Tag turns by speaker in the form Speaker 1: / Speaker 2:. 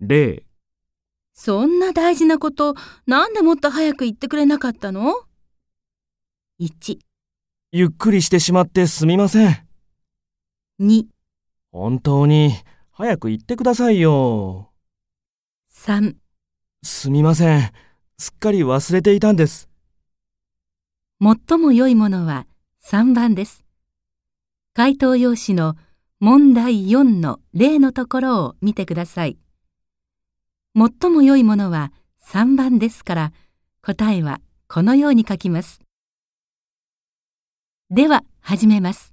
Speaker 1: 0
Speaker 2: そんな大事なこと、なんでもっと早く言ってくれなかったの ?1、
Speaker 1: ゆっくりしてしまってすみません。
Speaker 2: 2、
Speaker 1: 本当に早く言ってくださいよ。
Speaker 2: 3。
Speaker 1: すみません。すっかり忘れていたんです。
Speaker 2: 最も良いものは3番です。回答用紙の問題4の例のところを見てください。最も良いものは3番ですから、答えはこのように書きます。では、始めます。